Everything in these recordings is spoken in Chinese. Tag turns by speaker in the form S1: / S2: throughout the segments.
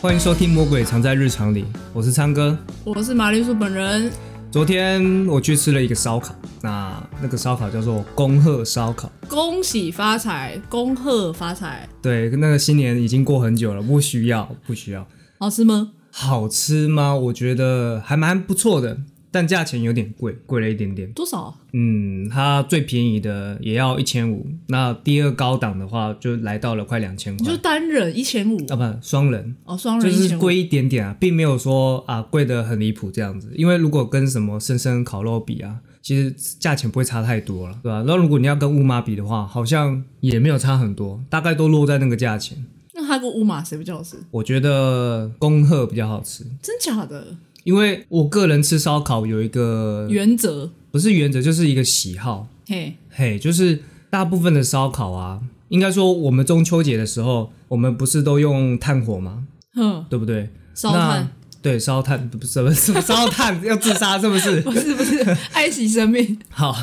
S1: 欢迎收听《魔鬼藏在日常里》，我是昌哥。
S2: 我是马铃薯本人，
S1: 昨天我去吃了一个烧烤，那那个烧烤叫做恭贺烧烤。
S2: 恭喜发财，恭贺发财，
S1: 对，那个新年已经过很久了，不需要，不需要。
S2: 好吃吗？
S1: 好吃吗？我觉得还蛮不错的，但价钱有点贵，贵了一点点。
S2: 多少啊？
S1: 嗯，它最便宜的也要一千五，那第二高档的话就来到了快两千
S2: 你
S1: 块
S2: 就。单人一千五
S1: 啊，不，双人
S2: 哦，双
S1: 就
S2: 人一
S1: 是
S2: 千五，
S1: 贵一点点啊，并没有说啊贵的很离谱这样子。因为如果跟什么深深烤肉比啊，其实价钱不会差太多了，对吧、那如果你要跟乌马比的话，好像也没有差很多，大概都落在那个价钱。
S2: 那他跟乌马谁比较好吃？
S1: 我觉得恭贺比较好吃，
S2: 真假的？
S1: 因为我个人吃烧烤有一个
S2: 原则，
S1: 不是原则，就是一个喜好。
S2: 嘿，
S1: 嘿，就是大部分的烧烤啊，应该说我们中秋节的时候，我们不是都用炭火吗？
S2: 哼，
S1: 对不对？
S2: 烧炭。
S1: 那对，烧炭不不什么什么烧炭 要自杀是不是？
S2: 不是不是，爱惜生命，
S1: 好，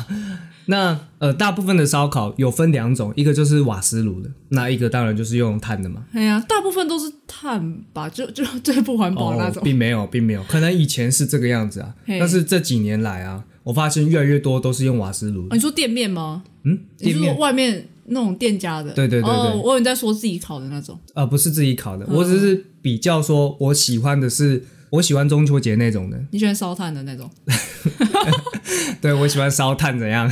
S1: 那呃，大部分的烧烤有分两种，一个就是瓦斯炉的，那一个当然就是用炭的嘛。
S2: 哎呀，大部分都是碳吧，就就最不环保那
S1: 哦，
S2: 种。
S1: 并没有，并没有，可能以前是这个样子啊，
S2: 嘿
S1: 但是这几年来啊，我发现越来越多都是用瓦斯炉
S2: 哦，
S1: 的。
S2: 你说店面吗？
S1: 嗯，
S2: 你
S1: 店
S2: 是说
S1: 面
S2: 外面那种店家的？
S1: 对对对对
S2: 哦，我以为你在说自己烤的那种。
S1: 呃不是自己烤的，
S2: 嗯
S1: 我只是比较说，我喜欢的是我喜欢中秋节那种的，
S2: 你喜欢烧炭的那种？
S1: 对我喜欢烧炭怎样？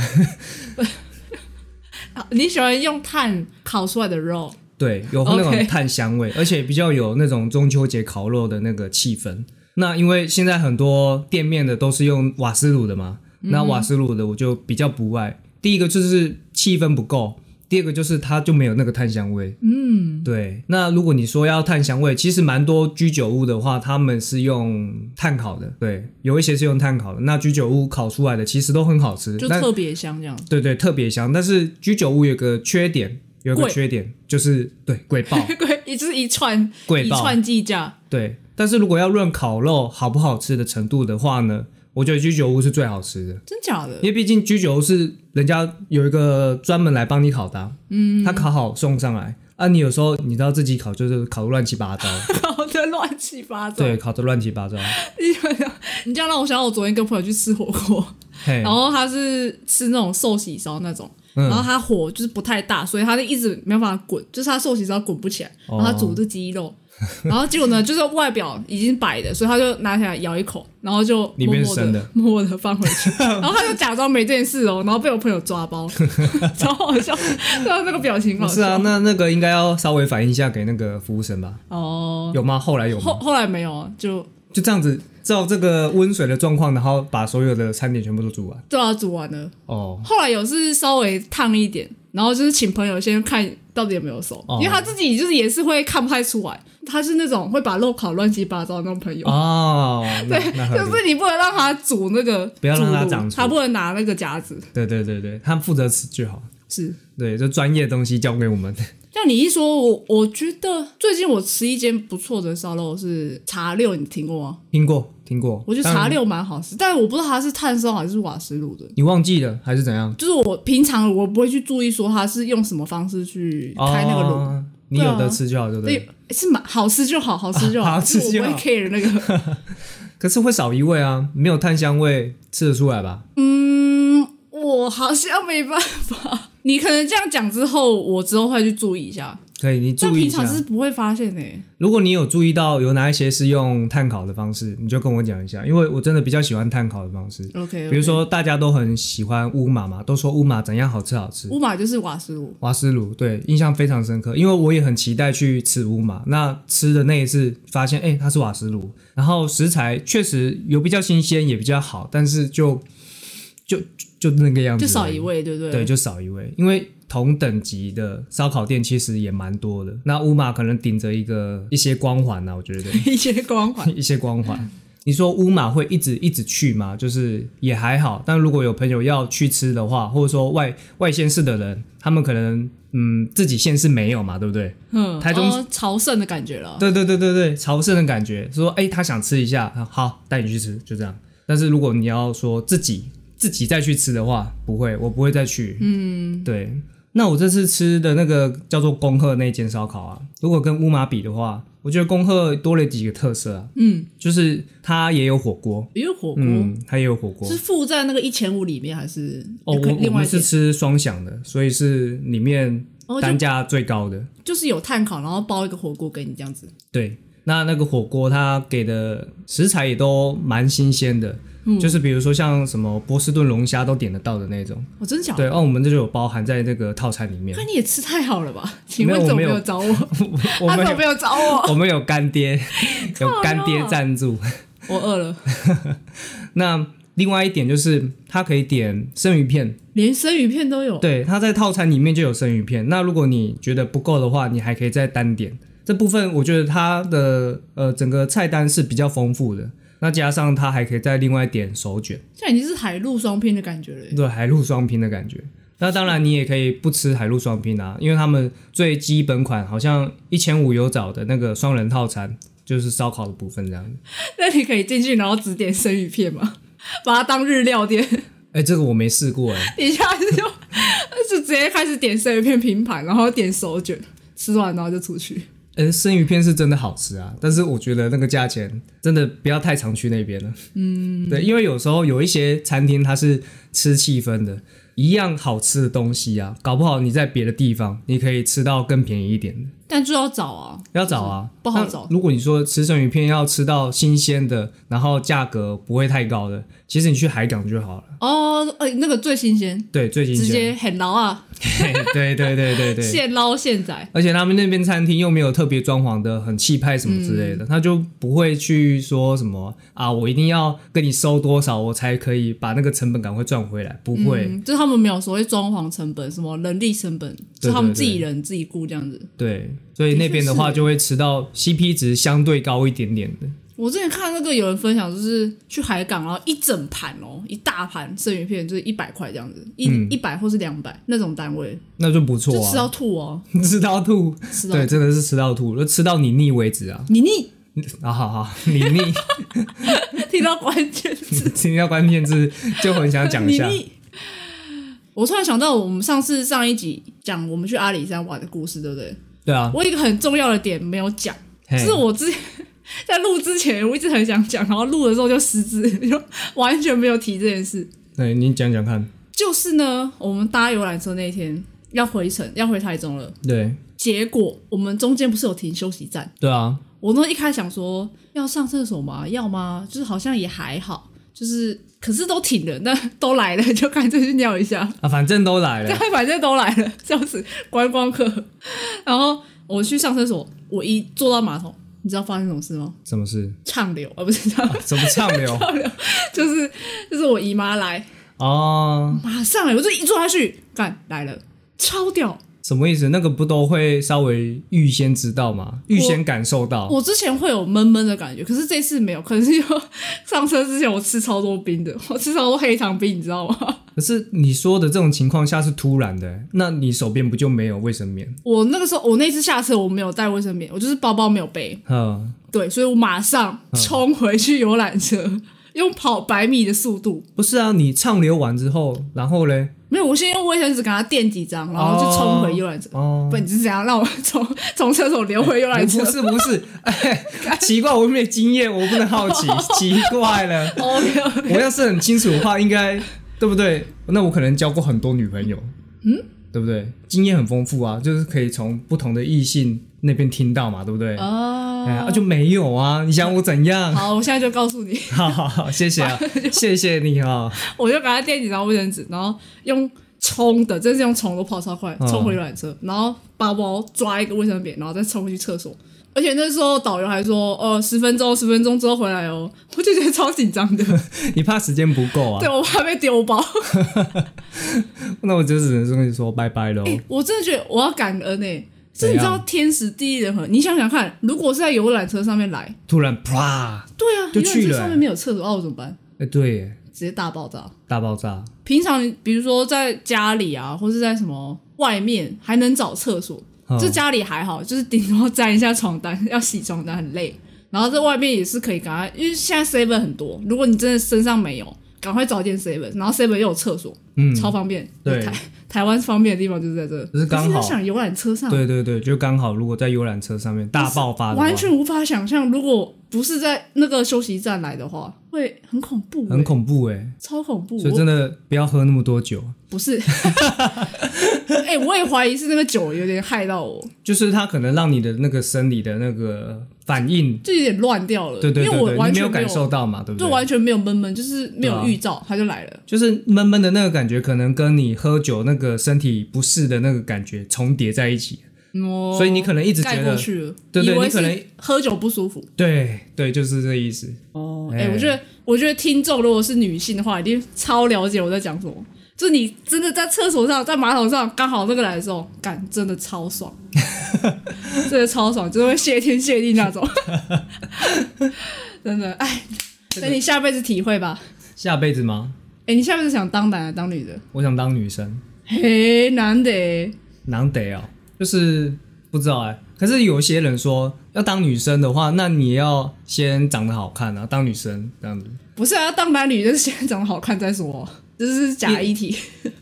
S2: 啊你喜欢用炭烤出来的肉？
S1: 对，有那种
S2: OK
S1: 炭香味而且比较有那种中秋节烤肉的那个气氛。那因为现在很多店面的都是用瓦斯炉的嘛，
S2: 嗯
S1: 那瓦斯炉的我就比较不爱。第一个就是气氛不够，第二个就是它就没有那个炭香味。嗯，对。那如果你说要炭香味，其实蛮多居酒屋的话，他们是用炭烤的，对，有一些是用炭烤的。那居酒屋烤出来的其实都很好吃，
S2: 就
S1: 那
S2: 特别香这样。
S1: 对对，特别香。但是居酒屋有个缺点，有个
S2: 贵，
S1: 缺点就是对贵爆
S2: 贵，也 就是一串
S1: 贵
S2: 一
S1: 爆。
S2: 串计价。
S1: 对，但是如果要论烤肉好不好吃的程度的话呢，我觉得居酒屋是最好吃的，
S2: 真假的
S1: 因？为毕竟居酒屋是人家有一个专门来帮你烤的啊、嗯，他烤好送上来。啊，你有时候你知道自己烤就是烤的乱七八糟，
S2: 搞得乱七八糟。
S1: 对，烤的乱七八糟，
S2: 你想想，你这样让我想到我昨天跟朋友去吃火锅，
S1: 嘿
S2: 然，后他是吃那种寿喜烧那种，然后
S1: 嗯，
S2: 他火就是不太大，所以他就一直没有办法滚，就是他寿喜烧滚不起来，然
S1: 哦
S2: 后他煮的鸡肉。然后结果呢，就是外表已经白的，所以他就拿起来咬一口，然后就
S1: 里
S2: 默
S1: 面
S2: 默
S1: 生
S2: 的
S1: 的、
S2: 默默的放回去，然后他就假装没这件事哦，然后被我朋友抓包， 超好笑， 然后那个表情好
S1: 不
S2: 笑。
S1: 是啊，那那个应该要稍微反映一下给那个服务生吧？
S2: 哦，
S1: 有吗？后来有
S2: 后
S1: 吗？
S2: 后来没有，啊，就
S1: 就这样子，照这个温水的状况，然后把所有的餐点全部都煮完。
S2: 对啊，煮完了。
S1: 哦，
S2: 后来有是稍微烫一点，然后就是请朋友先看到底有没有熟，
S1: 哦
S2: 因为他自己就是也是会看不太出来，他是那种会把肉烤乱七八糟的那种朋友。
S1: 哦，那
S2: 对，
S1: 那合理
S2: 就。是你不能让他煮那个，
S1: 不要让他长出
S2: 他不能拿那个夹子，
S1: 对对对对，他们负责吃就好。
S2: 是。
S1: 对，就专业东西交给我们。
S2: 像你一说，我我觉得最近我吃一间不错的烧肉是茶六，你听过吗？
S1: 听过，听过。
S2: 我觉得茶
S1: 但
S2: 六蛮好吃，但我不知道它是炭烧还是瓦斯炉的。
S1: 你忘记了还是怎样？
S2: 就是我平常我不会去注意说它是用什么方式去开那个炉，
S1: 哦你有
S2: 对
S1: 的
S2: 啊
S1: 吃就好，对不
S2: 那、
S1: 对？
S2: 是蛮好吃就好，好吃就好，
S1: 啊好吃就好
S2: 我不会 care 那个。
S1: 可是会少一味啊，没有炭香味，吃得出来吧？
S2: 嗯，我好像没办法。你可能这样讲之后，我之后会去注意一下，
S1: 可以，你
S2: 但
S1: 注意
S2: 平
S1: 一下
S2: 常。是不会发现的、
S1: 如果你有注意到有哪一些是用炭烤的方式，你就跟我讲一下，因为我真的比较喜欢炭烤的方式。
S2: OK，,
S1: 比如说，大家都很喜欢乌马嘛，都说乌马怎样好吃好吃。
S2: 乌马就是瓦斯炉，
S1: 瓦斯炉，对，印象非常深刻，因为我也很期待去吃乌马。那吃的那一次，发现哎、诶它是瓦斯炉，然后食材确实有比较新鲜，也比较好，但是就就就那个样子，
S2: 就少一，位，对不对？
S1: 对，就少一位，因为同等级的烧烤店其实也蛮多的。那乌马可能顶着一个一些光环啊呐、我觉得
S2: 一些 光环。
S1: 一些光环。你说乌马会一直一直去吗？就是也还好，但如果有朋友要去吃的话，或者说外外县市的人，他们可能嗯自己县市没有嘛，对不对？
S2: 嗯，
S1: 台中
S2: 哦、朝圣的感觉了。
S1: 对对对对对，朝圣的感觉，说哎他想吃一下，啊好带你去吃，就这样。但是如果你要说自己自己再去吃的话，不会，我不会再去。嗯，对，那我这次吃的那个叫做恭贺那间烧烤啊，如果跟乌马比的话，我觉得恭贺多了几个特色啊，
S2: 嗯，
S1: 就是它也有火锅，
S2: 也有火锅，
S1: 嗯，它也有火锅
S2: 是。附在那个一千五里面还是
S1: 哦，我我
S2: 另外
S1: 们
S2: 一
S1: 是
S2: 间
S1: 吃双响的，所以是里面
S2: 哦就
S1: 单价最高的。
S2: 就是有碳烤，然后包一个火锅给你这样子。
S1: 对，那那个火锅它给的食材也都蛮新鲜的，就是比如说像什么波士顿龙虾都点得到的那种。
S2: 我、真假的？
S1: 对，哦，我们这就有包含在这个套餐里面
S2: 看。你也吃太好了吧？请
S1: 没有
S2: 问怎
S1: 我
S2: 么
S1: 没
S2: 没
S1: 有
S2: 有找我？
S1: 我
S2: 他
S1: 们
S2: 怎么
S1: 有
S2: 没有找 我？
S1: 我们有干爹，有干爹赞助。
S2: 我饿了，
S1: 那另外一点就是，它可以点生鱼片，
S2: 连生鱼片都有。
S1: 对，它在套餐里面就有生鱼片。那如果你觉得不够的话，你还可以再单点。这部分我觉得它的呃整个菜单是比较丰富的，那加上它还可以再另外点手卷。
S2: 现在已经是海陆双拼的感觉了耶。
S1: 对海陆双拼的感觉。那当然，你也可以不吃海陆双拼啊，因为他们最基本款好像一千五有找的那个双人套餐，就是烧烤的部分这样子。
S2: 那你可以进去，然后只点生鱼片吗？ 把它当日料店，
S1: 哎、这个我没试过哎、
S2: 你一下子就 就直接开始点生鱼片拼盘，然后点手卷，吃完然后就出去。
S1: 呃、生鱼片是真的好吃啊，但是我觉得那个价钱真的不要太常去那边了。嗯， 对，因为有时候有一些餐厅它是吃气氛的，一样好吃的东西啊，搞不好你在别的地方你可以吃到更便宜一点的。
S2: 但就要找啊，
S1: 要找啊，
S2: 不好
S1: 那
S2: 找
S1: 如果你说吃生鱼片要吃到新鲜的，然后价格不会太高的，其实你去海港就好了。
S2: 哦，呃、那个最新鲜，
S1: 对，最啊新
S2: 直
S1: 鲜。
S2: 接很捞啊，
S1: 嘿 对对对对对。
S2: 现捞现宰。
S1: 而且他们那边餐厅又没有特别装潢的很气派什么之
S2: 嗯
S1: 类的，他就不会去说什么啊，我一定要跟你收多少，我才可以把那个成本赶快赚回来。不会，
S2: 嗯，就是他们没有所谓装潢成本、什么人力成本，
S1: 对
S2: 就他们自己人自己雇这样子。
S1: 对，所以
S2: 的确
S1: 那边的话
S2: 是
S1: 就会吃到 CP 值相对高一点点的。
S2: 我之前看那个有人分享，就是去海港，然后一整盘哦，一大盘生鱼片，就是一百块这样子，一
S1: 嗯
S2: 一百、或是两百那种单位，
S1: 那就不错
S2: 就吃
S1: 啊，
S2: 到吐哦，
S1: 吃到吐，
S2: 吃到
S1: 对，真的是吃到吐，就吃到你腻为止啊。
S2: 你腻，
S1: 啊，好好，你腻，
S2: 听到关键字，
S1: 听到关键字就很想讲一
S2: 你
S1: 下。
S2: 腻。我突然想到，我们上次上一集讲我们去阿里山玩的故事，对不对？
S1: 对啊，
S2: 我有一个很重要的点没有讲。
S1: 嘿
S2: 就是我之前在录之前，我一直很想讲，然后录的时候就失智，就完全没有提这件事。
S1: 对你讲讲看。
S2: 就是呢，我们搭游览车那天要回程，要回台中了。
S1: 对
S2: 结果我们中间不是有停休息站？
S1: 对啊，
S2: 我那一开始想说要上厕所吗？要吗？就是好像也还好，就是可是都停了，那都来了，就干脆去尿一下。
S1: 啊，反正都来了，
S2: 对，反正都来了，这样子观光客。然后我去上厕所，我一坐到马桶，你知道发生什么事吗？
S1: 什么事？啊
S2: 畅流，啊而、不是畅流。
S1: 怎么畅 流？
S2: 就是就是我姨妈来，
S1: 哦，
S2: 马上来，我就一坐下去，干来了，超屌！
S1: 什么意思？那个不都会稍微预先知道吗？预先感受到。
S2: 我之前会有闷闷的感觉，可是这次没有，可能是因为上车之前我吃超多冰的， 我吃超多黑糖冰，你知道吗？
S1: 可是你说的这种情况下是突然的、那你手边不就没有卫生棉？
S2: 我那个时候我那次下车我没有带卫生棉，我就是包包没有背，
S1: 嗯，
S2: 对，所以我马上冲回去游览车， 用跑百米的速度。
S1: 不是啊，你畅流完之后，然后嘞，
S2: 没有，我先用卫生纸给它垫几张，然后就冲回游览车。
S1: 哦，
S2: 不，你是怎样让我从从厕所流回游览车
S1: 不？是不是， 哎，奇怪，我没经验，我不能好 奇，奇怪了。
S2: 哦，没 有，
S1: 我要是很清楚的话，应该对不对？那我可能交过很多女朋友，嗯，对不对？经验很丰富啊，就是可以从不同的异性那边听到嘛，对不对？
S2: 哦
S1: 哎呀，啊就没有啊！你想我怎 样？
S2: 好，我现在就告诉你，
S1: 好好好，谢 谢啊，谢谢你啊！
S2: 我就给他垫几张卫生纸，然后用冲的，真是用冲都跑超快，
S1: 嗯
S2: 冲回游览车，然后包包抓一个卫生棉，然后再冲回去厕所。而且那时候导游还说，呃，十分钟，十分钟之后回来哦， 我就觉得超 紧张的，
S1: 你怕时间不够啊
S2: 对？我怕被丢包。
S1: 那我就只能跟你说拜拜喽。
S2: 哎、我真的觉得我要感恩哎、是
S1: 怎
S2: 你知道
S1: 样
S2: 天时地利人和，你想想看，如果是在游览车上面来，
S1: 突然啪，
S2: 对啊，
S1: 就
S2: 游览
S1: 去
S2: 车
S1: 了欸
S2: 上面没有厕所，啊那我怎么办？
S1: 哎，对耶，
S2: 直接大爆炸。
S1: 大爆炸，
S2: 平常比如说在家里啊，或是在什么外面还能找厕所，
S1: 嗯
S2: 这家里还好，就是顶多沾一下床单，要洗床单很累。然后在外面也是可以赶快，因为现在 seven 很多，如果你真的身上没有，赶快找点 seven，然后 seven 又有厕所，
S1: 嗯，
S2: 超方便。
S1: 对
S2: 台台湾方便的地方就是在这，
S1: 就是刚好
S2: 可想游览车上，
S1: 对对对，就刚好如果在游览车上面大爆发的话，
S2: 完全无法想象，如果不是在那个休息站来的话，会很恐怖、
S1: 很恐怖哎、
S2: 超恐怖。
S1: 所以真的不要喝那么多酒。
S2: 我不是， 哎、我也怀疑是那个酒有点害到我，
S1: 就是它可能让你的那个生理的那个反应，
S2: 就有点乱掉了。
S1: 对对
S2: 因为
S1: 对
S2: 我
S1: 对，
S2: 完
S1: 你没
S2: 全
S1: 有感受到嘛，对不
S2: 就
S1: 对？
S2: 完全没有闷闷，就是没
S1: 对
S2: 有
S1: 啊
S2: 预兆，它就来了。
S1: 就是闷闷的那个感觉，可能跟你喝酒那个身体不适的那个感觉重叠在一起，
S2: 哦，
S1: 所以你可能一直觉
S2: 盖过
S1: 得，
S2: 去了，
S1: 对对
S2: 以为
S1: 你可能
S2: 是喝酒不舒服。
S1: 对对，就是这意思。
S2: 哦，哎、
S1: 哎
S2: 我觉得，我觉得听众如果是女性的话，一定超了解我在讲什么。就是你真的在厕所上，在马桶上，刚好那个来的时候，感真的超爽， 真的超爽，就是会谢天谢地那 种，真的。哎，等你下辈子体会吧。
S1: 下辈子吗？
S2: 哎、你下辈子想当男的当女的？
S1: 我想当女生，
S2: 嘿，男的欸，
S1: 难得哦，就是不知道哎、可是有些人说，要当女生的话，那你要先长得好看啊，当女生这样子。
S2: 不是啊，当男女就是先长得好看再说，这是假议题。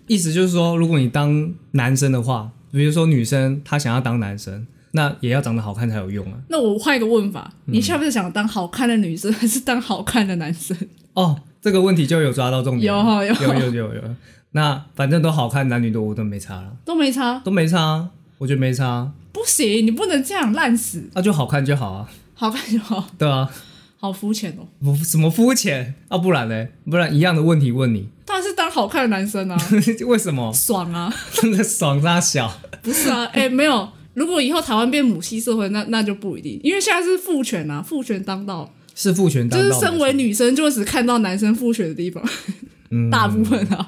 S1: 意思就是说，如果你当男生的话，比如说女生她想要当男生，那也要长得好看才有用啊。
S2: 那我换一个问法，你下辈子想当好看的女生，还是当好看的男生？
S1: 哦，这个问题就有抓到重点
S2: 有
S1: 了，
S2: 哈有哈
S1: 嗯有有有有。那反正都好看，男女都我都没差了，
S2: 都没差，
S1: 都没差啊，我觉得没差啊，
S2: 不行，你不能这样烂死，
S1: 那、就好看就好啊，
S2: 好看就好，
S1: 对啊，
S2: 好肤浅哦。
S1: 不什么肤浅啊，不然嘞，不然一样的问题问你，
S2: 当然是当好看的男生啊，
S1: 为什么
S2: 爽啊，
S1: 真的爽大小？
S2: 不是啊，哎、没有。如果以后台湾变母系社会，那那就不一定，因为现在是父权啊，父权当道，
S1: 是父权当
S2: 就
S1: 道
S2: 是
S1: 吗，
S2: 身为女生就会只看到男生父权的地方，
S1: 嗯
S2: 大部分啊，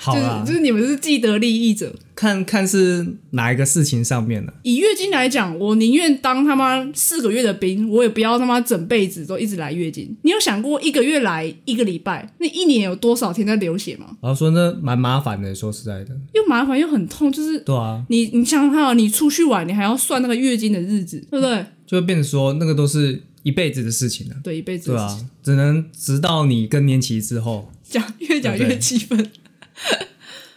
S1: 好啦，
S2: 就是就是你们是既得利益者。
S1: 看看是哪一个事情上面了、
S2: 以月经来讲，我宁愿当他妈四个月的兵，我也不要他妈整辈子都一直来月经。你有想过一个月来一个礼拜，那一年有多少天在流血吗？
S1: 然后说那蛮麻烦的，说实在的，
S2: 又麻烦又很痛，就是
S1: 对啊，
S2: 你你想想看啊，你出去玩，你还要算那个月经的日子，对不对？
S1: 就会变成说那个都是一辈子的事情了、
S2: 对，一辈子
S1: 对
S2: 的事
S1: 啊
S2: 情。，
S1: 只能直到你更年期之后。
S2: 讲越讲越气愤，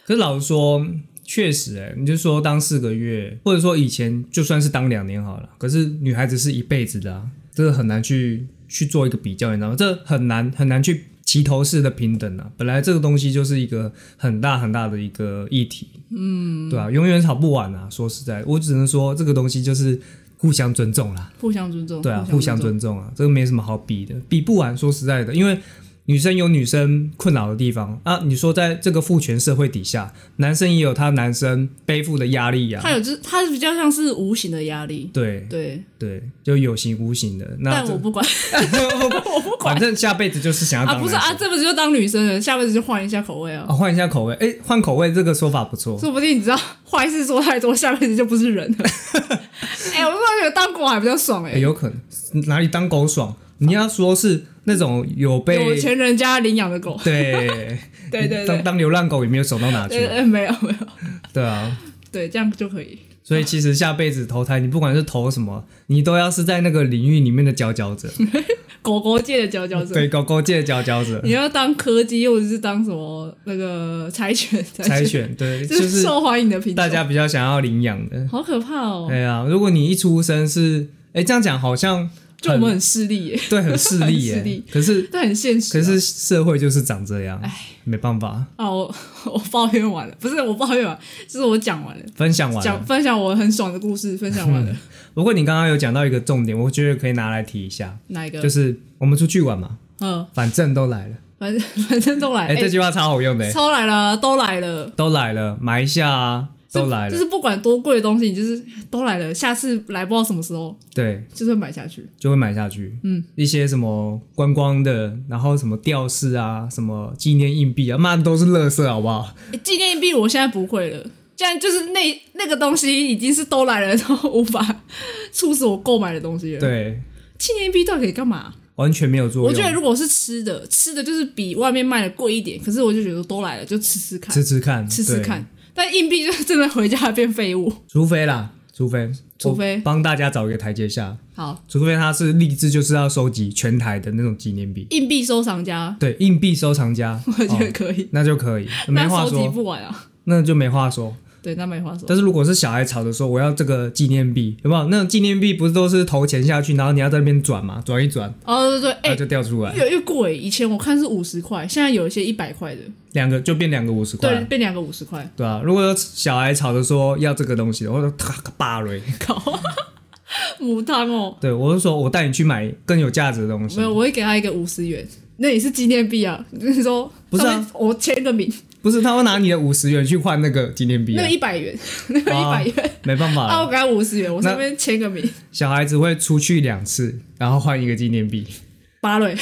S1: 可是老实说，确实、欸，你就说当四个月，或者说以前就算是当两年好了，可是女孩子是一辈子的啊，这个很难去去做一个比较，你知道吗？这很难很难去齐头式的平等啊。本来这个东西就是一个很大很大的一个议题，嗯，对啊，永远吵不完啊。说实在，我只能说这个东西就是互相尊重啦。
S2: 哦互相尊重。
S1: 对啊，互相
S2: 重。
S1: 尊重啊，这个没什么好比的，比不完。说实在的，因为女生有女生困扰的地方啊。你说在这个父权社会底下，男生也有他男生背负的压力呀、
S2: 他有就是他比较像是无形的压力，
S1: 对
S2: 对，
S1: 对，就有形无形的。那
S2: 但
S1: 这
S2: 我不管
S1: 我不管，反正下辈子就是想要
S2: 啊，
S1: 当
S2: 不是
S1: 男
S2: 啊，
S1: 生。
S2: 这辈子就当女生了，下辈子就换一下口味啊。
S1: 啊，换一下口味，哎，换口味这个说法不错。
S2: 说不定你知道 坏事做太多，下辈子就不是人 了。哎、我突然觉得当狗还比较爽哎、
S1: 哎有可能哪里当狗爽？你要说是那种有被
S2: 有钱人家领养的狗。
S1: 对
S2: 对对
S1: 当
S2: 对，
S1: 当流浪狗也没有爽到哪
S2: 对
S1: 去，
S2: 对哎没有没有，
S1: 对啊。
S2: 对这样就可以。
S1: 所以其实下辈子投胎，你不管是投什么，你都要是在那个领域里面的佼佼者，
S2: 狗狗界的佼佼者，
S1: 对狗狗界的佼佼者
S2: 你，要当柯基或者是当什么那个柴犬，
S1: 柴
S2: 犬
S1: 犬，对，
S2: 这
S1: 就是是
S2: 受欢迎的品种，
S1: 大家比较想要领养的。
S2: 好可怕哦！
S1: 对啊，如果你一出生是，哎，这样讲好像
S2: 就我们很势利耶，
S1: 对很势利
S2: 很势利
S1: 耶，可是
S2: 但很现实啊。
S1: 可是社会就是长这样，没办法，
S2: 啊，我 我抱怨完了，不是我抱怨完，就是我讲完了，
S1: 分享完
S2: 讲
S1: 了。
S2: 分享我很爽的故事，分享 完了
S1: 不过你刚刚有讲到一个重点，我觉得可以拿来提一下，
S2: 哪一个？
S1: 就是我们出去玩嘛，
S2: 嗯，
S1: 反正都来了，
S2: 反正 反正都来，
S1: 哎，
S2: 哎
S1: 这句话超好用的，诶
S2: 超来了，都来了，
S1: 都来了，买一下啊，都
S2: 就
S1: 来了
S2: 就，是不管多贵的东西，你就是都来了，下次来不知道什么时候，
S1: 对。
S2: 就是买下去。
S1: 就会买下去。嗯，一些什么观光的，然后什么吊饰啊，什么纪念硬币啊，妈的都是垃圾，好不好？
S2: 哎纪念币我现在不会了，现在就是那那个东西已经是都来了，然后无法促使我购买的东西了。
S1: 对，
S2: 纪念币到底可以干嘛？
S1: 完全没有作用。
S2: 我觉得如果是吃的，吃的就是比外面卖的贵一点，可是我就觉得都来了，就吃吃看，
S1: 吃吃看，
S2: 吃吃
S1: 对，
S2: 看。但硬币就是真的回家变废物。
S1: 除非啦，除非，
S2: 除非
S1: 我帮大家找一个台阶下，
S2: 好，
S1: 除非他是立志就是要收集全台的那种纪念币，
S2: 硬币收藏家，
S1: 对，硬币收藏家，
S2: 我觉得
S1: 哦
S2: 可以。
S1: 那就可以，没
S2: 那
S1: 话
S2: 收集
S1: 说，
S2: 不完啊，
S1: 那就没话说。
S2: 对，那没话说。
S1: 但是如果是小孩吵着说我要这个纪念币，有没有？那种纪念币不是都是投钱下去，然后你要在那边转嘛，转一转，
S2: 哦，对对，
S1: 它
S2: 哎、
S1: 就掉出来，
S2: 越越贵。以前我看是五十块，现在有一些一百块的，
S1: 两个就变两个五十
S2: 对，
S1: 块，
S2: 变两个五十块，
S1: 对啊。如果有小孩吵着说要这个东西，我说他个巴瑞，
S2: 靠，母汤哦。
S1: 对我就说我带你去买更有价值的东西
S2: 没，有，我会给他一个五十元，那也是纪念币啊。你说
S1: 不是啊啊
S2: 上面我签个名，
S1: 不是他会拿你的五十元去换那个纪念币、
S2: 那
S1: 啊
S2: 个，一百元，那个一
S1: 啊
S2: 百元，
S1: 没办法
S2: 啊，
S1: 啦，
S2: 我给他五十元，我
S1: 那
S2: 上面签个名，
S1: 小孩子会出去两次，然后换一个纪念币，
S2: 八瑞，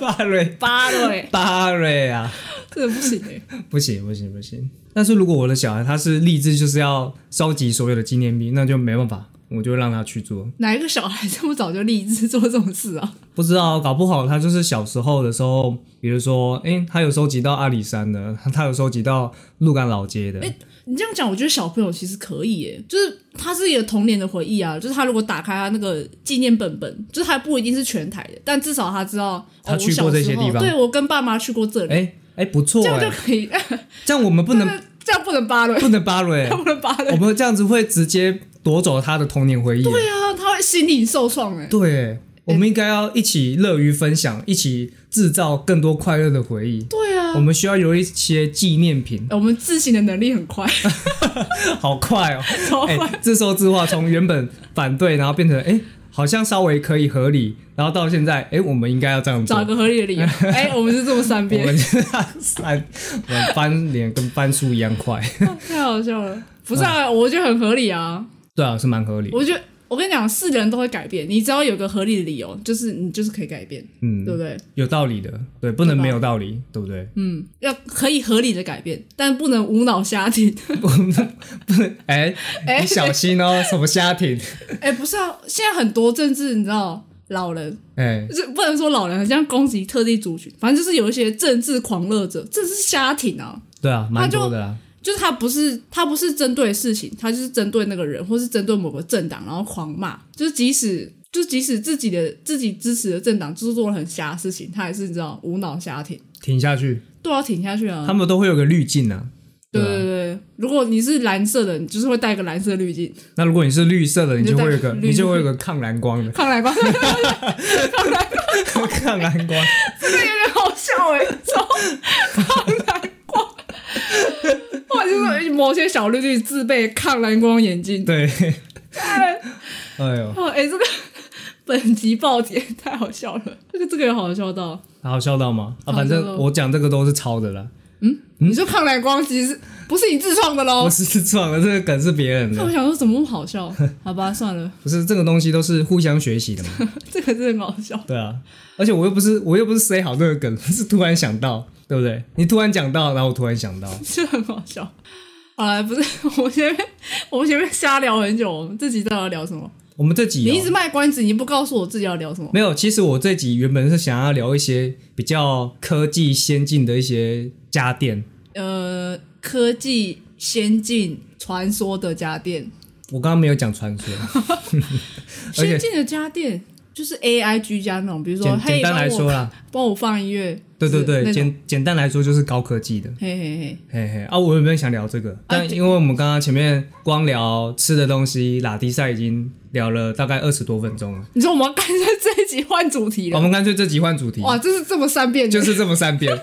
S1: 巴瑞
S2: 八瑞，
S1: 巴瑞啊。
S2: 这个不行哎、
S1: 不行不行不行。但是如果我的小孩他是立志就是要收集所有的纪念币，那就没办法，我就让他去做。
S2: 哪一个小孩这么早就立志做这种事啊？
S1: 不知道，搞不好他就是小时候的时候，比如说，诶，他有收集到阿里山的，他有收集到鹿港老街的，
S2: 你这样讲，我觉得小朋友其实可以耶，就是他是一个童年的回忆啊，就是他如果打开他那个纪念本本，就是他不一定是全台的，但至少他知道
S1: 他
S2: 哦、
S1: 去过
S2: 我小时候
S1: 这些地方
S2: 对我跟爸妈去过这里，
S1: 诶诶，不错哎
S2: 这样
S1: 诶，
S2: 就可以，
S1: 这样我们不能
S2: 这样不能扒了，
S1: 不能扒 了、
S2: 不能扒了。
S1: 我们这样子会直接夺走他的童年回忆。
S2: 对啊，他会心理受创哎。
S1: 对诶，我们应该要一起乐于分享，一起制造更多快乐的回忆。
S2: 对啊哎
S1: 我，们需要有一些纪念 品，
S2: 我们自省的能力很快，
S1: 好快哦！
S2: 超
S1: 哎、
S2: 快。
S1: 这时候字画从原本反对，然后变成哎、好像稍微可以合理，然后到现在哎、我们应该要这样做
S2: 找。个合理的理由，哎，我们是这么三
S1: 我
S2: 边，
S1: 们翻我们翻脸跟翻书一样快，
S2: 太好笑了。不是啊，我觉得很合理啊。
S1: 对啊，是蛮合理。
S2: 我觉得我跟你讲，是人都会改变，你只要有个合理的理由，就是你就是可以改变，对
S1: 嗯，
S2: 不对？
S1: 有道理的，对，不能
S2: 对吧
S1: 没有道理，对不对？
S2: 嗯，要可以合理的改变，但不能无脑瞎听。
S1: 哎、
S2: 哎
S1: 你小心哦，什么家庭？
S2: 哎，不是啊，现在很多政治，你知道。老人
S1: 哎、
S2: 就是不能说老人，很像攻击特定族群，反正就是有一些政治狂热者，这是瞎挺啊。
S1: 对啊，蛮
S2: 那就
S1: 多的啦。
S2: 就是他不是他不是针对事情，他就是针对那个人，或是针对某个政党，然后狂骂。就是即使就是即使自己的自己支持的政党就是做了很瞎的事情，他还是你知道无脑瞎挺，
S1: 挺下去，
S2: 都要挺下去啊
S1: 他。们都会有个滤镜啊。
S2: 对
S1: 啊
S2: 对对，如果你是蓝色的，你就是会带个蓝色滤 镜，
S1: 那如果你是绿色的，你
S2: 你
S1: 就
S2: 就
S1: 会有
S2: 戴
S1: 个，
S2: 绿
S1: 你就会有个抗蓝光的，
S2: 抗蓝光，这个
S1: 抗蓝光。
S2: 有点好笑 哎、欸，超抗蓝光，或者就是某些小绿绿自备抗蓝光眼镜。
S1: 对，哎呦，
S2: 哦，哎、这个 本集爆点太好笑了，这个这个有好笑到。
S1: 好笑到吗？啊，
S2: 好
S1: 反
S2: 笑到
S1: 正我讲这个都是抄的啦，
S2: 你说抗蓝光其实不是你自创的
S1: 嗯我
S2: 喽？
S1: 是自创的，这个梗是别人
S2: 那
S1: 的
S2: 我，想说怎么那么好笑？好吧，算了，
S1: 不是这个东西都是互相学习的嘛。
S2: 这个真的很好笑。
S1: 对啊，而且我又不是我又不是 say 好这个梗，是突然想到，对不对？你突然讲到，然后我突然想到，
S2: 是很好笑。好了，不是 我们前面我们前面瞎聊很久，我们这集到底要聊什么？
S1: 我们这集
S2: 你
S1: 哦、
S2: 一直卖关子，你不告诉我自己要聊什么？
S1: 没有，其实我这集原本是想要聊一些比较科技先进的一些家电。
S2: 呃，科技先进传说的家电，
S1: 我刚刚没有讲传说，而且
S2: 先进的家电就是 AI 居家那种，比如说
S1: 简
S2: 嘿，
S1: 简单来说
S2: 帮我
S1: 啦，
S2: 帮我放音乐，
S1: 对对
S2: 是 那
S1: 对，
S2: 种
S1: 简简单来说就是高科技的。
S2: 嘿嘿嘿，
S1: 嘿嘿啊，我原本想聊这个，但因为我们刚刚前面光聊吃的东西，拉迪赛已经聊了大概二十多分钟了，
S2: 你说我们要干脆这一集换主题
S1: 我
S2: 了？
S1: 们干脆这集换主题，
S2: 哇，这是这么三遍的，
S1: 哦就是这么三遍。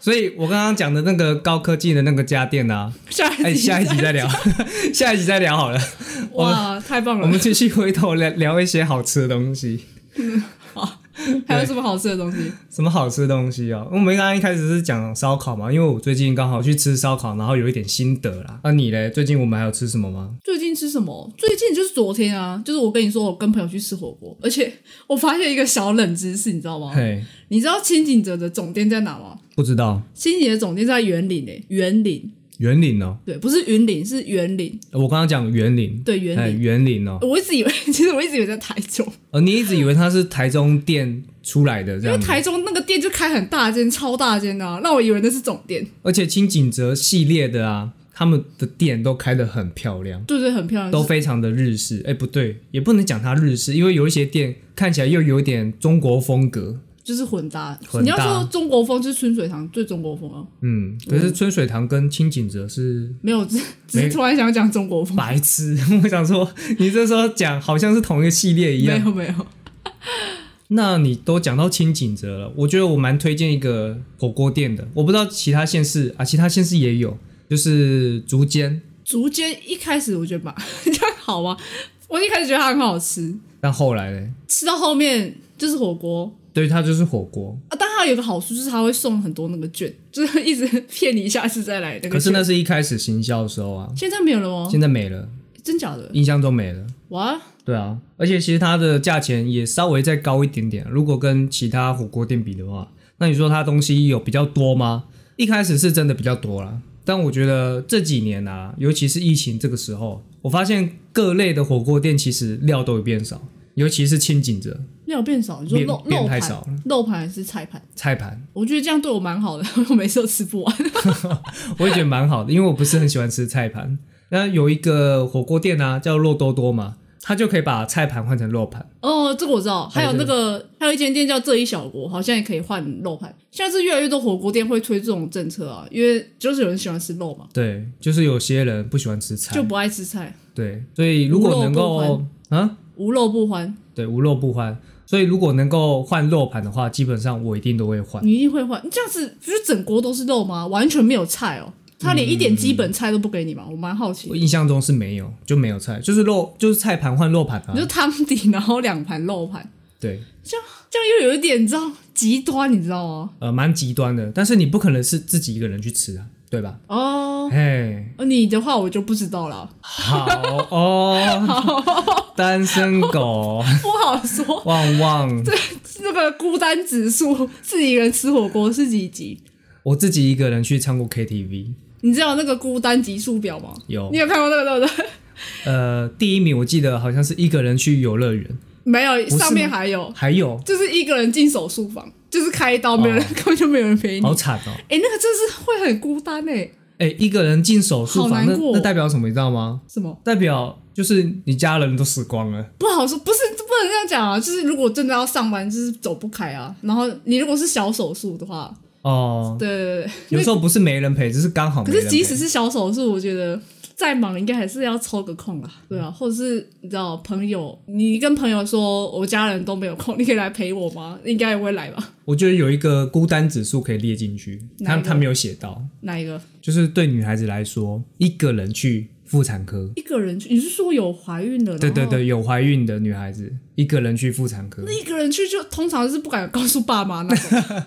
S1: 所以我刚刚讲的那个高科技的那个家电啊，
S2: 下一集、
S1: 哎、 下一集再聊， 下一集再聊好了。
S2: 哇，太棒
S1: 我
S2: 了！
S1: 们继续回头聊聊一些好吃的东西，
S2: 还有什么好吃的东西？
S1: 什么好吃的东西啊？我们刚刚一开始是讲烧烤嘛，因为我最近刚好去吃烧烤，然后有一点心得啦。那、啊你嘞？最近我们还有吃什么吗？
S2: 最近吃什么？最近就是昨天啊，就是我跟你说，我跟朋友去吃火锅，而且 我发现一个小冷知识，你知道吗？
S1: 嘿，
S2: 你知道清景泽的总店在哪吗？
S1: 不知道，
S2: 清景泽总店在园林诶、园林
S1: 园林哦、
S2: 对，不是云林，是园林
S1: 我刚刚讲园林，
S2: 对园
S1: 哎，
S2: 林。
S1: 园林哦，
S2: 我一直以为，其实我一直以为在台中，
S1: 呃，你一直以为它是台中店出来的这
S2: 因为
S1: 样子，
S2: 台中那个店就开很大间，超大间的、啊，让我以为那是总店。
S1: 而且清景泽系列的啊，他们的店都开得很漂亮，
S2: 对对，很漂亮。
S1: 都非常的日式。哎，不对，也不能讲它日式，因为有一些店看起来又有点中国风格，
S2: 就是混搭。
S1: 混搭
S2: 你要说中国风，就是春水堂最中国风啊，
S1: 嗯，可是春水堂跟清景泽是
S2: 没有，只只是突然想讲中国风，
S1: 白痴， 我想说你这时候讲好像是同一个系列一
S2: 嗯没
S1: 样。
S2: 有没有，
S1: 那你都讲到清景泽了，我觉得我蛮推荐一个火锅店的，我不知道其他县市啊，其他县市也有，就是竹间，
S2: 竹间一开始我觉得吧， 这样好吗？我一开始觉得它很好吃，
S1: 但后来嘞，
S2: 吃到后面就是火锅
S1: 对它就是火锅，
S2: 啊。但它有个好处就是它会送很多那个券， 就是一直骗你下次再来那个券。哦
S1: 可是那是一开始行销的时候啊，
S2: 现在没有了吗？
S1: 现在没了，
S2: 真假的？
S1: 印象中没了。
S2: 哇，
S1: 对啊，而且其实它的价钱也稍微再高一点点，如果跟其他火锅店比的话，那你说它东西有比较多吗？一开始是真的比较多啦，但我觉得这几年啊，尤其是疫情这个时候，我发现各类的火锅店其实料都有变少，尤其是清景泽
S2: 料变少，你说
S1: 变
S2: 肉
S1: 变
S2: 肉
S1: 太
S2: 盘
S1: 少了，
S2: 肉盘还是菜盘？
S1: 菜盘，
S2: 我觉得这样对我蛮好的， 我每次都吃不完。
S1: 我也觉得蛮好的，因为我不是很喜欢吃菜盘。那有一个火锅店啊，叫肉多多嘛，它就可以把菜盘换成肉盘。
S2: 哦，这个我知道，还有那个还有一间店叫这一小国，好像也可以换肉盘。现在是越来越多火锅店会推这种政策啊，因为就是有人喜欢吃肉嘛，
S1: 对，就是有些人不喜欢吃菜，
S2: 就不爱吃菜，
S1: 对，所以如果能
S2: 无肉
S1: 够啊，
S2: 无肉不欢。
S1: 对，无肉不欢。所以如果能够换肉盘的话，基本上我一定都会换。
S2: 你一定会换，你这样子不是整锅都是肉吗？完全没有菜哦，他连一点基本菜都不给你吗？我蛮好奇
S1: 我。印象中是没有，就没有菜，就是肉，就是菜盘换肉盘啊
S2: 你。就汤底，然后两盘肉盘，
S1: 对，
S2: 这样又有一点你知道极端，你知道吗？
S1: 呃，蛮极端的，但是你不可能是自己一个人去吃啊，对吧？
S2: 哦，
S1: 嘿，
S2: 呃你的话我就不知道了，
S1: 好哦，单身狗
S2: 不好说。
S1: 旺 旺，
S2: 那个孤单指数，自己一个人吃火锅是几级？
S1: 我自己一个人去唱过 KTV，
S2: 你知道那个孤单级数表吗？
S1: 有
S2: 你，有看过那个对不对？
S1: 呃，第一名我记得好像是一个人去游乐园，
S2: 没有，
S1: 是吗
S2: 上面还有，
S1: 还有，
S2: 就是一个人进手术房，就是开刀，没有人，根本就没有人陪你。
S1: 好惨哦。
S2: 哎、那个真是会很孤单哎、
S1: 哎、一个人进手术
S2: 好
S1: 房，
S2: 难
S1: 那
S2: 过
S1: 那代表什么？你知道吗？
S2: 什么
S1: 代表就是你家人都死光了。
S2: 不好说，不是不能这样讲啊。就是如果真的要上班，就是走不开啊。然后你如果是小手术的话，
S1: 哦，
S2: 对对对。
S1: 有时候不是没人陪，只是刚好
S2: 可
S1: 没人陪。
S2: 是即使是小手术，我觉得再忙应该还是要抽个空啊，对啊，或者是你知道朋友，你跟朋友说我家人都没有空，你可以来陪我吗？应该也不会来吧？
S1: 我觉得有一个孤单指数可以列进去，
S2: 哪
S1: 他
S2: 一个
S1: 他没有写到，
S2: 哪一个
S1: 就是对女孩子来说，一个人去妇产科，
S2: 一个人去？你是说有怀孕的？
S1: 对对
S2: 然后
S1: 对，有怀孕的女孩子一个人去妇产科
S2: 哦那，一个人去就通常是不敢告诉爸妈 那种，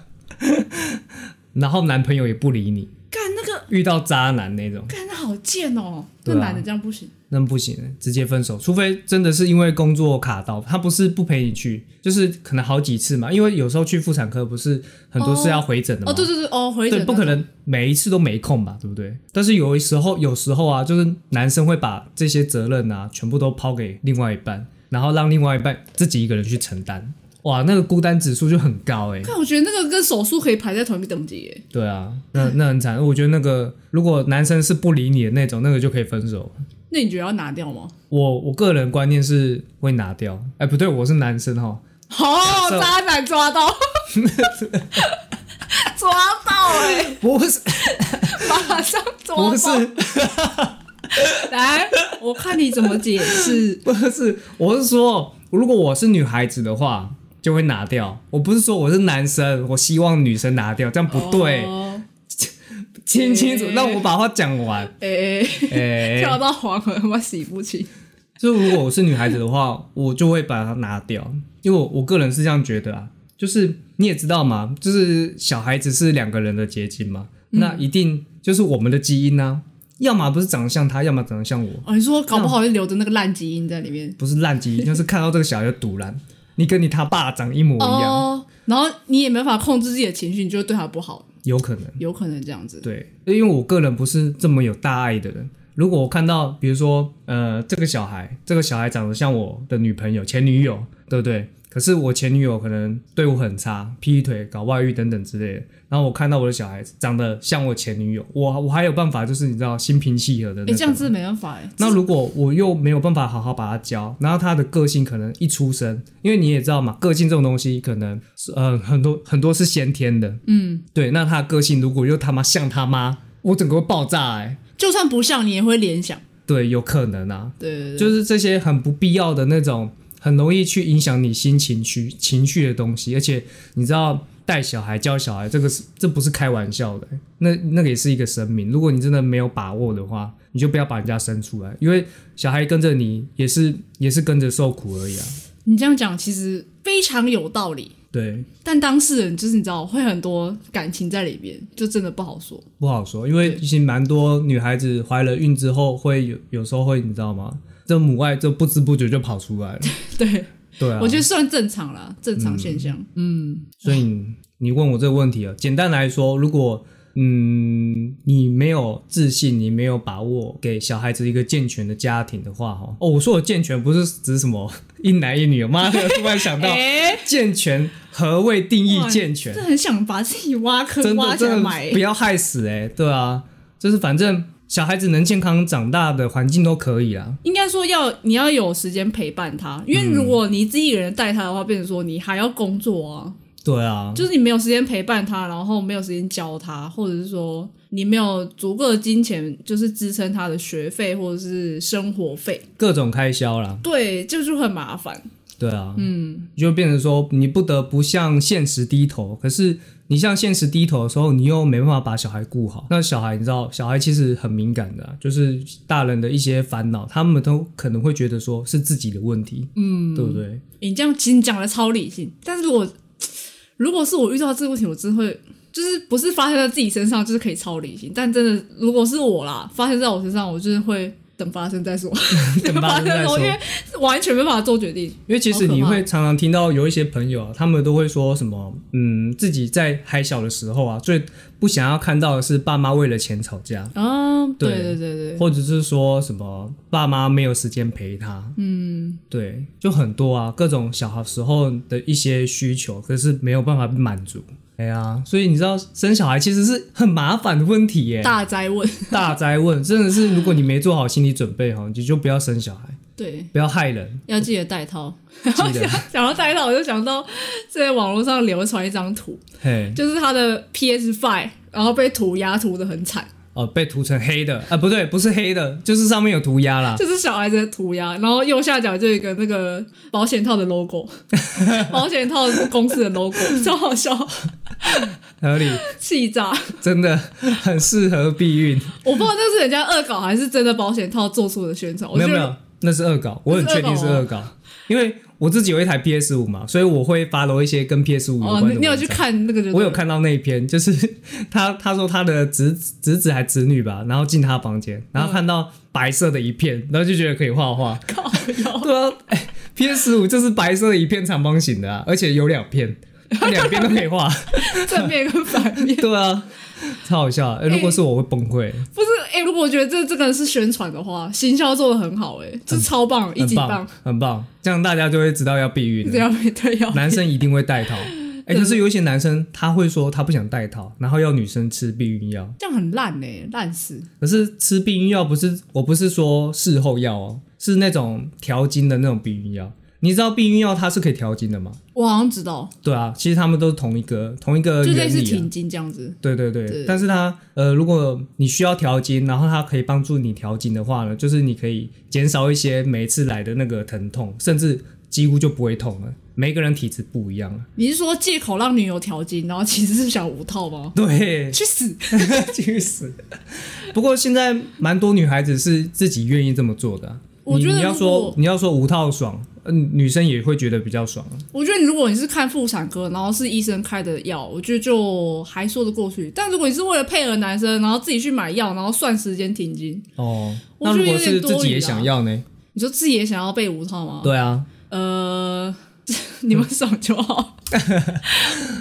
S1: 然后男朋友也不理你，
S2: 干那个
S1: 遇到渣男那种，
S2: 干那好贱哦，那
S1: 对啊
S2: 男的这样不行。
S1: 那不行，直接分手。除非真的是因为工作卡到，他不是不陪你去，就是可能好几次嘛。因为有时候去妇产科不是很多是要回诊的嘛，
S2: 哦，对对对，哦，回
S1: 对
S2: 诊
S1: 不
S2: 那
S1: 可
S2: 种
S1: 能每一次都没空吧，对不对？但是有时候，有时候啊，就是男生会把这些责任啊，全部都抛给另外一半，然后让另外一半自己一个人去承担。哇，那个孤单指数就很高哎、
S2: 看，我觉得那个跟手术可以排在同一个等级耶。
S1: 对啊，那那很惨。我觉得那个如果男生是不理你的那种，那个就可以分手。
S2: 那你觉得要拿掉吗？
S1: 我我个人观念是会拿掉，哎，不对，我是男生哈，
S2: 哦，
S1: 这
S2: 渣男抓 到，抓到哎、
S1: 不是
S2: 马上抓到！
S1: 不是
S2: 来，我看你怎么解 释。
S1: 不是，我是说，如果我是女孩子的话，就会拿掉。我不是说我是男生，我希望女生拿掉，这样不对，
S2: 哦
S1: 清清楚
S2: 诶，
S1: 让我把话讲完。
S2: 哎、
S1: 哎、
S2: 跳到黄河，我洗不清。
S1: 就如果我是女孩子的话，我就会把它拿掉，因为我我个人是这样觉得啊。就是你也知道嘛，就是小孩子是两个人的结晶嘛，那一定就是我们的基因呢、要么不是长得像他，要么长得像我。
S2: 哦，你说搞不好就留着那个烂基因在里面。
S1: 不是烂基因，就是看到这个小孩就堵烂，你跟你他爸长一模一样，
S2: 哦，然后你也没法控制自己的情绪，你就会对他不好，
S1: 有可能。
S2: 有可能这样子。
S1: 对，因为我个人不是这么有大爱的人。如果我看到，比如说，呃，这个小孩，这个小孩长得像我的女朋友、前女友，对不对？可是我前女友可能对我很差，劈腿、搞外遇等等之类的。然后我看到我的小孩长得像我前女友，我我还有办法，就是你知道心平气和的那
S2: 哎，
S1: 种。
S2: 这样子没办法哎。
S1: 那如果我又没有办法好好把他教，然后他的个性可能一出生，因为你也知道嘛，个性这种东西可能是呃很多很多是先天的，嗯，对。那他的个性如果又他妈像他妈，我整个会爆炸哎、
S2: 就算不像，你也会联想。
S1: 对，有可能啊，
S2: 对对对，
S1: 就是这些很不必要的那种，很容易去影响你心情绪情绪的东西，而且你知道。带小孩教小孩，这个是这不是开玩笑的欸、那那个也是一个生命。如果你真的没有把握的话，你就不要把人家生出来，因为小孩跟着你也是也是跟着受苦而已啊。
S2: 你这样讲其实非常有道理，
S1: 对，
S2: 但当事人就是你知道会很多感情在里边，就真的不好说。
S1: 不好说，因为其实蛮多女孩子怀了孕之后，会有有时候会你知道吗？这母爱就不知不觉就跑出来了。
S2: 对，
S1: 对啊，
S2: 我觉得算正常啦，正常现象。嗯，
S1: 所以你你问我这个问题啊，简单来说，如果嗯你没有自信，你没有把握给小孩子一个健全的家庭的话，哈，哦，我说我健全不是指什么一男一女，啊妈的，突然想到
S2: 哎、
S1: 健全何谓定义
S2: 哇
S1: 健全
S2: 真？的很想把自己挖坑
S1: 真
S2: 挖
S1: 的
S2: 起来
S1: 真的
S2: 埋
S1: 不。要害死哎、对啊，就是反正小孩子能健康长大的环境都可以啊啦。
S2: 应该说要你要有时间陪伴他，因为如果你自己一个人带他的话，变成说你还要工作啊，
S1: 对啊，
S2: 就是你没有时间陪伴他，然后没有时间教他，或者是说你没有足够的金钱，就是支撑他的学费或者是生活费，
S1: 各种开销啦。
S2: 对，这就很麻烦。
S1: 对啊，嗯，就变成说你不得不向现实低头，可是你向现实低头的时候，你又没办法把小孩顾好。那小孩你知道，小孩其实很敏感的啊、就是大人的一些烦恼，他们都可能会觉得说是自己的问题，嗯，对不对？
S2: 你这样其实你讲的超理性，但是如果如果是我遇到这个问题，我真会就是不是发生在自己身上，就是可以超理性，但真的如果是我啦，发生在我身上，我就是会等发生再说，
S1: 等发生再说
S2: 因为完全没办法做决定。
S1: 因为其实
S2: 好可
S1: 你
S2: 怕
S1: 会常常听到有一些朋友啊，他们都会说什么，嗯，自己在还小的时候啊，最不想要看到的是爸妈为了钱吵架，
S2: 啊，对
S1: 对
S2: 对对对，
S1: 或者是说什么爸妈没有时间陪他，嗯，对，就很多啊，各种小时候的一些需求，可是没有办法满足。哎呀，所以你知道生小孩其实是很麻烦的问题耶，大
S2: 大灾问，
S1: 灾问，真的是如果你没做好心理准备哈，你就不要生小孩，
S2: 对，
S1: 不要害人，
S2: 要记得带套。
S1: 记得
S2: 讲到带套，我就 想到在网络上流传一张图，
S1: 嘿
S2: 就是他的 PS Five，然后被涂鸦涂的很惨，
S1: 哦，被涂成黑的啊，不对，不是黑的，就是上面有涂鸦啦，
S2: 就是小孩子的涂鸦，然后右下角就有一个那个保险套的 logo，保险套公司的 logo，超好笑，
S1: 合理，
S2: 气炸！
S1: 真的很适合避孕，
S2: 我不知道这是人家恶搞还是真的保险套做出的宣传，我
S1: 没
S2: 觉
S1: 有
S2: 得
S1: 没有，那是恶
S2: 哦
S1: 搞，我很确定是恶搞，因为我自己有一台 PS 五嘛，所以我会发罗一些跟 PS 五有
S2: 哦
S1: 关的、，
S2: 你你有去？看那个就对了？
S1: 我有看到那一篇，就是 他他说他的侄侄子还侄女吧，然后进他房间，
S2: 嗯
S1: 然后看到白色的一片，然后就觉得可以画画。
S2: 靠腰
S1: 对啊，哎、p s 五就是白色的一片长方形的、啊，而且有两片，它两边都可以 画。
S2: 正面跟反面，
S1: 对啊，超好笑的、哎如果是我会崩溃，
S2: 不是？哎、如果我觉得这这个是宣传的话，行销做的很好、哎，这超棒，一
S1: 很
S2: 级
S1: 棒
S2: 棒，，
S1: 很棒，这样大家就会知道要避孕了
S2: 这。要配对啊要
S1: 男生一定会戴 套。哎、可是有一些男生他会说他不想戴套，然后要女生吃避孕药。
S2: 这样很烂哎、烂死！
S1: 可是吃避孕药不是，我不是说事后药哦，是那种调经的那种避孕药。你知道避孕药它是可以调经的吗？
S2: 我好像知道，
S1: 对啊，其实他们都是同一个同一个
S2: 就类
S1: 原
S2: 似
S1: 理、啊
S2: 停。经这样子，
S1: 对对对，
S2: 对
S1: 但是它呃，如果你需要调经，然后它可以帮助你调经的话呢，就是你可以减少一些每一次来的那个疼痛，甚至几乎就不会痛了。每个人体质不一样啊。
S2: 你是说借口让女友调经，然后其实是想无套吗？
S1: 对，
S2: 去死！
S1: 去死！不过现在蛮多女孩子是自己愿意这么做的啊、
S2: 我觉得
S1: 你你要
S2: 如
S1: 说
S2: 果
S1: 你要说无套爽，嗯、女生也会觉得比较爽啊。
S2: 我觉得如果你是看妇产科，然后是医生开的药，我觉得就还说得过去。但如果你是为了配合男生，然后自己去买药，然后算时间停经，
S1: 哦，
S2: 我
S1: 那
S2: 觉得
S1: 如果
S2: 有
S1: 是
S2: 点多余
S1: 自己也
S2: 啦
S1: 想要呢？
S2: 你说自己也想要被无套吗？
S1: 对啊，
S2: 呃， 你们爽就好。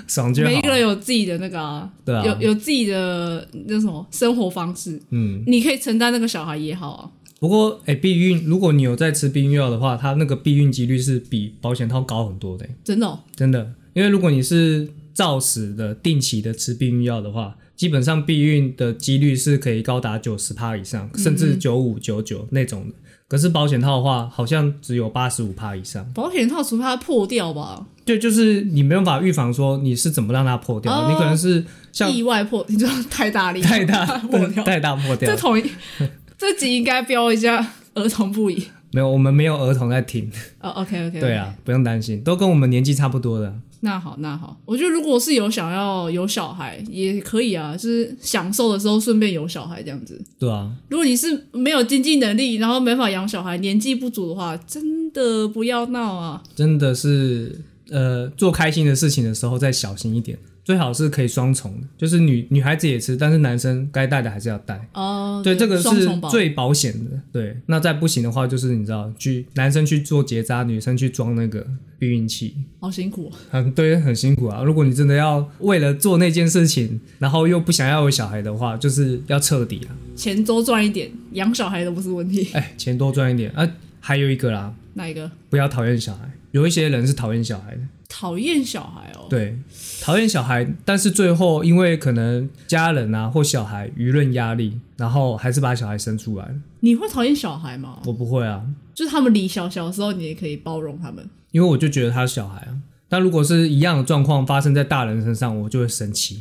S1: 爽就好
S2: 每一。个人有自己的那个、啊，
S1: 对啊
S2: 有有自己的那什么生活方式，
S1: 嗯，
S2: 你可以承担那个小孩也好啊，
S1: 不过，哎，避孕，如果你有在吃避孕药的话，它那个避孕几率是比保险套高很多的，
S2: 真的、哦，
S1: 真的。因为如果你是照死的、定期的吃避孕药的话，基本上避孕的几率是可以高达九十趴以
S2: 嗯
S1: 上，甚至九五九九那种的。可是保险套的话，好像只有八十五趴以上。
S2: 保险套除非它破掉吧，
S1: 对，就是你没办法预防说你是怎么让它破掉，
S2: 哦
S1: 你可能是像
S2: 意外破，你知道太大力，
S1: 太大
S2: 破 掉。
S1: 太大破掉
S2: 这。统一， 这集应该标一下儿童不宜。
S1: 没有，我们没有儿童在听。
S2: 哦，OK，OK，OK、o k OK，
S1: 对，啊，不用担心，都跟我们年纪差不多的。
S2: 那好，那好，我觉得如果是有想要有小孩也可以啊，就是享受的时候顺便有小孩这样子。
S1: 对啊，
S2: 如果你是没有经济能力，然后没法养小孩，年纪不足的话，真的不要闹啊！
S1: 真的是呃，做开心的事情的时候再小心一点，最好是可以双重的，就是女女孩子也吃，但是男生该带的还是要带。
S2: 哦、
S1: 对，这个
S2: 双
S1: 是
S2: 重保
S1: 最保险的。对，那再不行的话，就是你知道，去男生去做结扎，女生去装那个避孕器，
S2: 好辛苦、哦。
S1: 很对，很辛苦啊。如果你真的要为了做那件事情，然后又不想要有小孩的话，就是要彻底啊。
S2: 钱多赚一点，养小孩都不是问题。
S1: 哎，钱多赚一点啊。还有一个啦，
S2: 哪一个？
S1: 不要讨厌小孩。有一些人是讨厌小孩的，
S2: 讨厌小孩哦。
S1: 对，讨厌小孩，但是最后因为可能家人啊或小孩舆论压力，然后还是把小孩生出来了。
S2: 你会讨厌小孩吗？
S1: 我不会啊，
S2: 就是他们理小小的时候，你也可以包容他们。
S1: 因为我就觉得他是小孩啊。但如果是一样的状况发生在大人身上，我就会生气。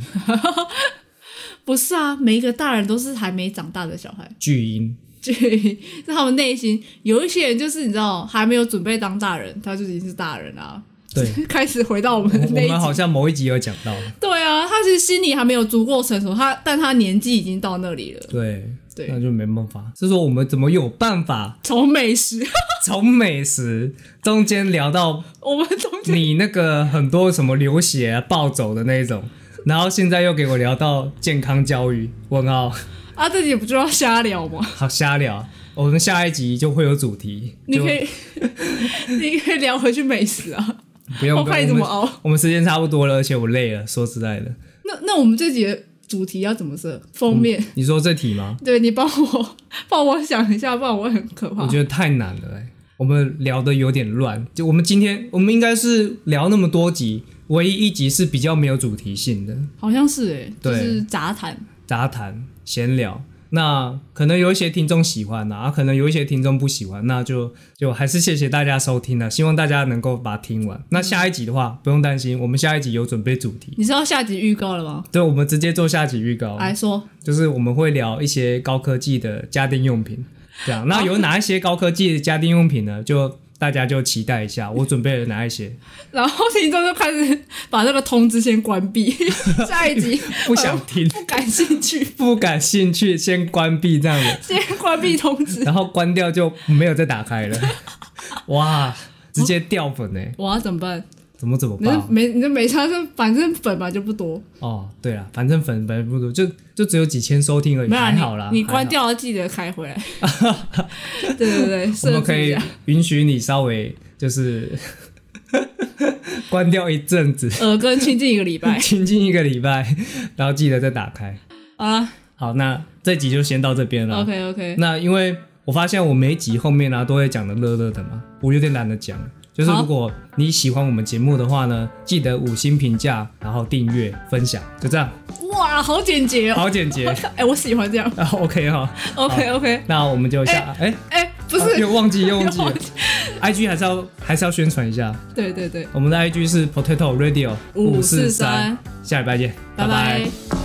S2: 不是啊，每一个大人都是还没长大的小孩，
S1: 巨婴，
S2: 所以在他们内心有一些人就是你知道还没有准备当大人，他就已经是大人啦、
S1: 对，
S2: 开始回到我
S1: 我
S2: 们
S1: 我
S2: 那一
S1: 们好
S2: 集，
S1: 像某一集有讲到，
S2: 对啊，他其实心里还没有足够成熟，他但他年纪已经到那里了。
S1: 对，那
S2: 对，
S1: 就没办法。是说我们怎么有办法
S2: 从美食，
S1: 从美食中间聊到
S2: 我们中间
S1: 你那个很多什么流血、啊、暴走的那一种，然后现在又给我聊到健康教育，问号，
S2: 啊，这集不就要瞎聊吗？
S1: 好瞎聊。我们下一集就会有主题，
S2: 你
S1: 就
S2: 可以， 你可以聊回去美食啊，
S1: 不用
S2: 我
S1: 不
S2: 看你
S1: 用
S2: 怎么
S1: 我们
S2: 熬。
S1: 我们时间差不多了，而且我累了。说实在的，
S2: 那那我们这集的主题要怎么设封面？
S1: 你说这题吗？
S2: 对你帮我帮我想一下，不然我会很可怕。
S1: 我觉得太难了、欸，我们聊的有点乱。就我们今天，我们应该是聊那么多集，唯一一集是比较没有主题性的
S2: 好像是哎、就
S1: 对
S2: 是杂谈。
S1: 杂谈闲聊。那可能有一些听众喜欢呐、啊，可能有一些听众不喜欢，那就就还是谢谢大家收听了、希望大家能够把它听完。那下一集的话，不用担心，我们下一集有准备主题，
S2: 你知道下集预告了吗？
S1: 对，我们直接做下集预告，
S2: 来说，
S1: 就是我们会聊一些高科技的家电用品，这样。
S2: 哦
S1: 那有哪一些高科技的家电用品呢？就大家就期待一 下，我准备了哪一些？
S2: 然后听众就开始把那个通知先关 闭，下一集
S1: 不想听，
S2: 不感兴趣，
S1: 不感兴趣，先关闭这样 子，
S2: 先关闭通知。
S1: 然后关掉就没有再打开 了。哇，直接掉粉呢、欸
S2: 我要怎么 办？
S1: 怎么怎么
S2: 你就
S1: 办？
S2: 没你就没差，就反正粉嘛就不多，
S1: 哦，对了，反正粉粉不多，就就只有几千收听而已，
S2: 没有啊
S1: 还好啦。
S2: 你你
S1: 还好
S2: 关，掉了记得开 回来。对对对，
S1: 我
S2: 设
S1: 们可
S2: 置一
S1: 以
S2: 下。
S1: 允许你稍微就是 关掉一阵子，
S2: 耳根清净一个礼 拜
S1: 清静一个礼拜，然后记得再打开。
S2: 啊
S1: 好，那这集就先到这边了。
S2: ，OK OK，
S1: 那因为我发现我每一集后面呢、都会讲的乐乐的嘛，我有点懒得讲。就是
S2: 好
S1: 如果你喜欢我们节目的话呢，记得五星评价，然后订阅、分享，就这样，
S2: 哇，好简洁 哦！
S1: 好简 洁。
S2: 哎，我喜欢这样。
S1: 啊，OK 哈、
S2: OK OK，
S1: 那我们就下哎、
S2: 哎，不
S1: 啊
S2: 是，
S1: 又忘记又忘记
S2: 又
S1: 了
S2: 忘记
S1: ，IG 还是要还是要宣传一下，
S2: 对对对，
S1: 我们的 IG 是 Potato Radio
S2: 543，
S1: 下礼拜见，拜
S2: 拜拜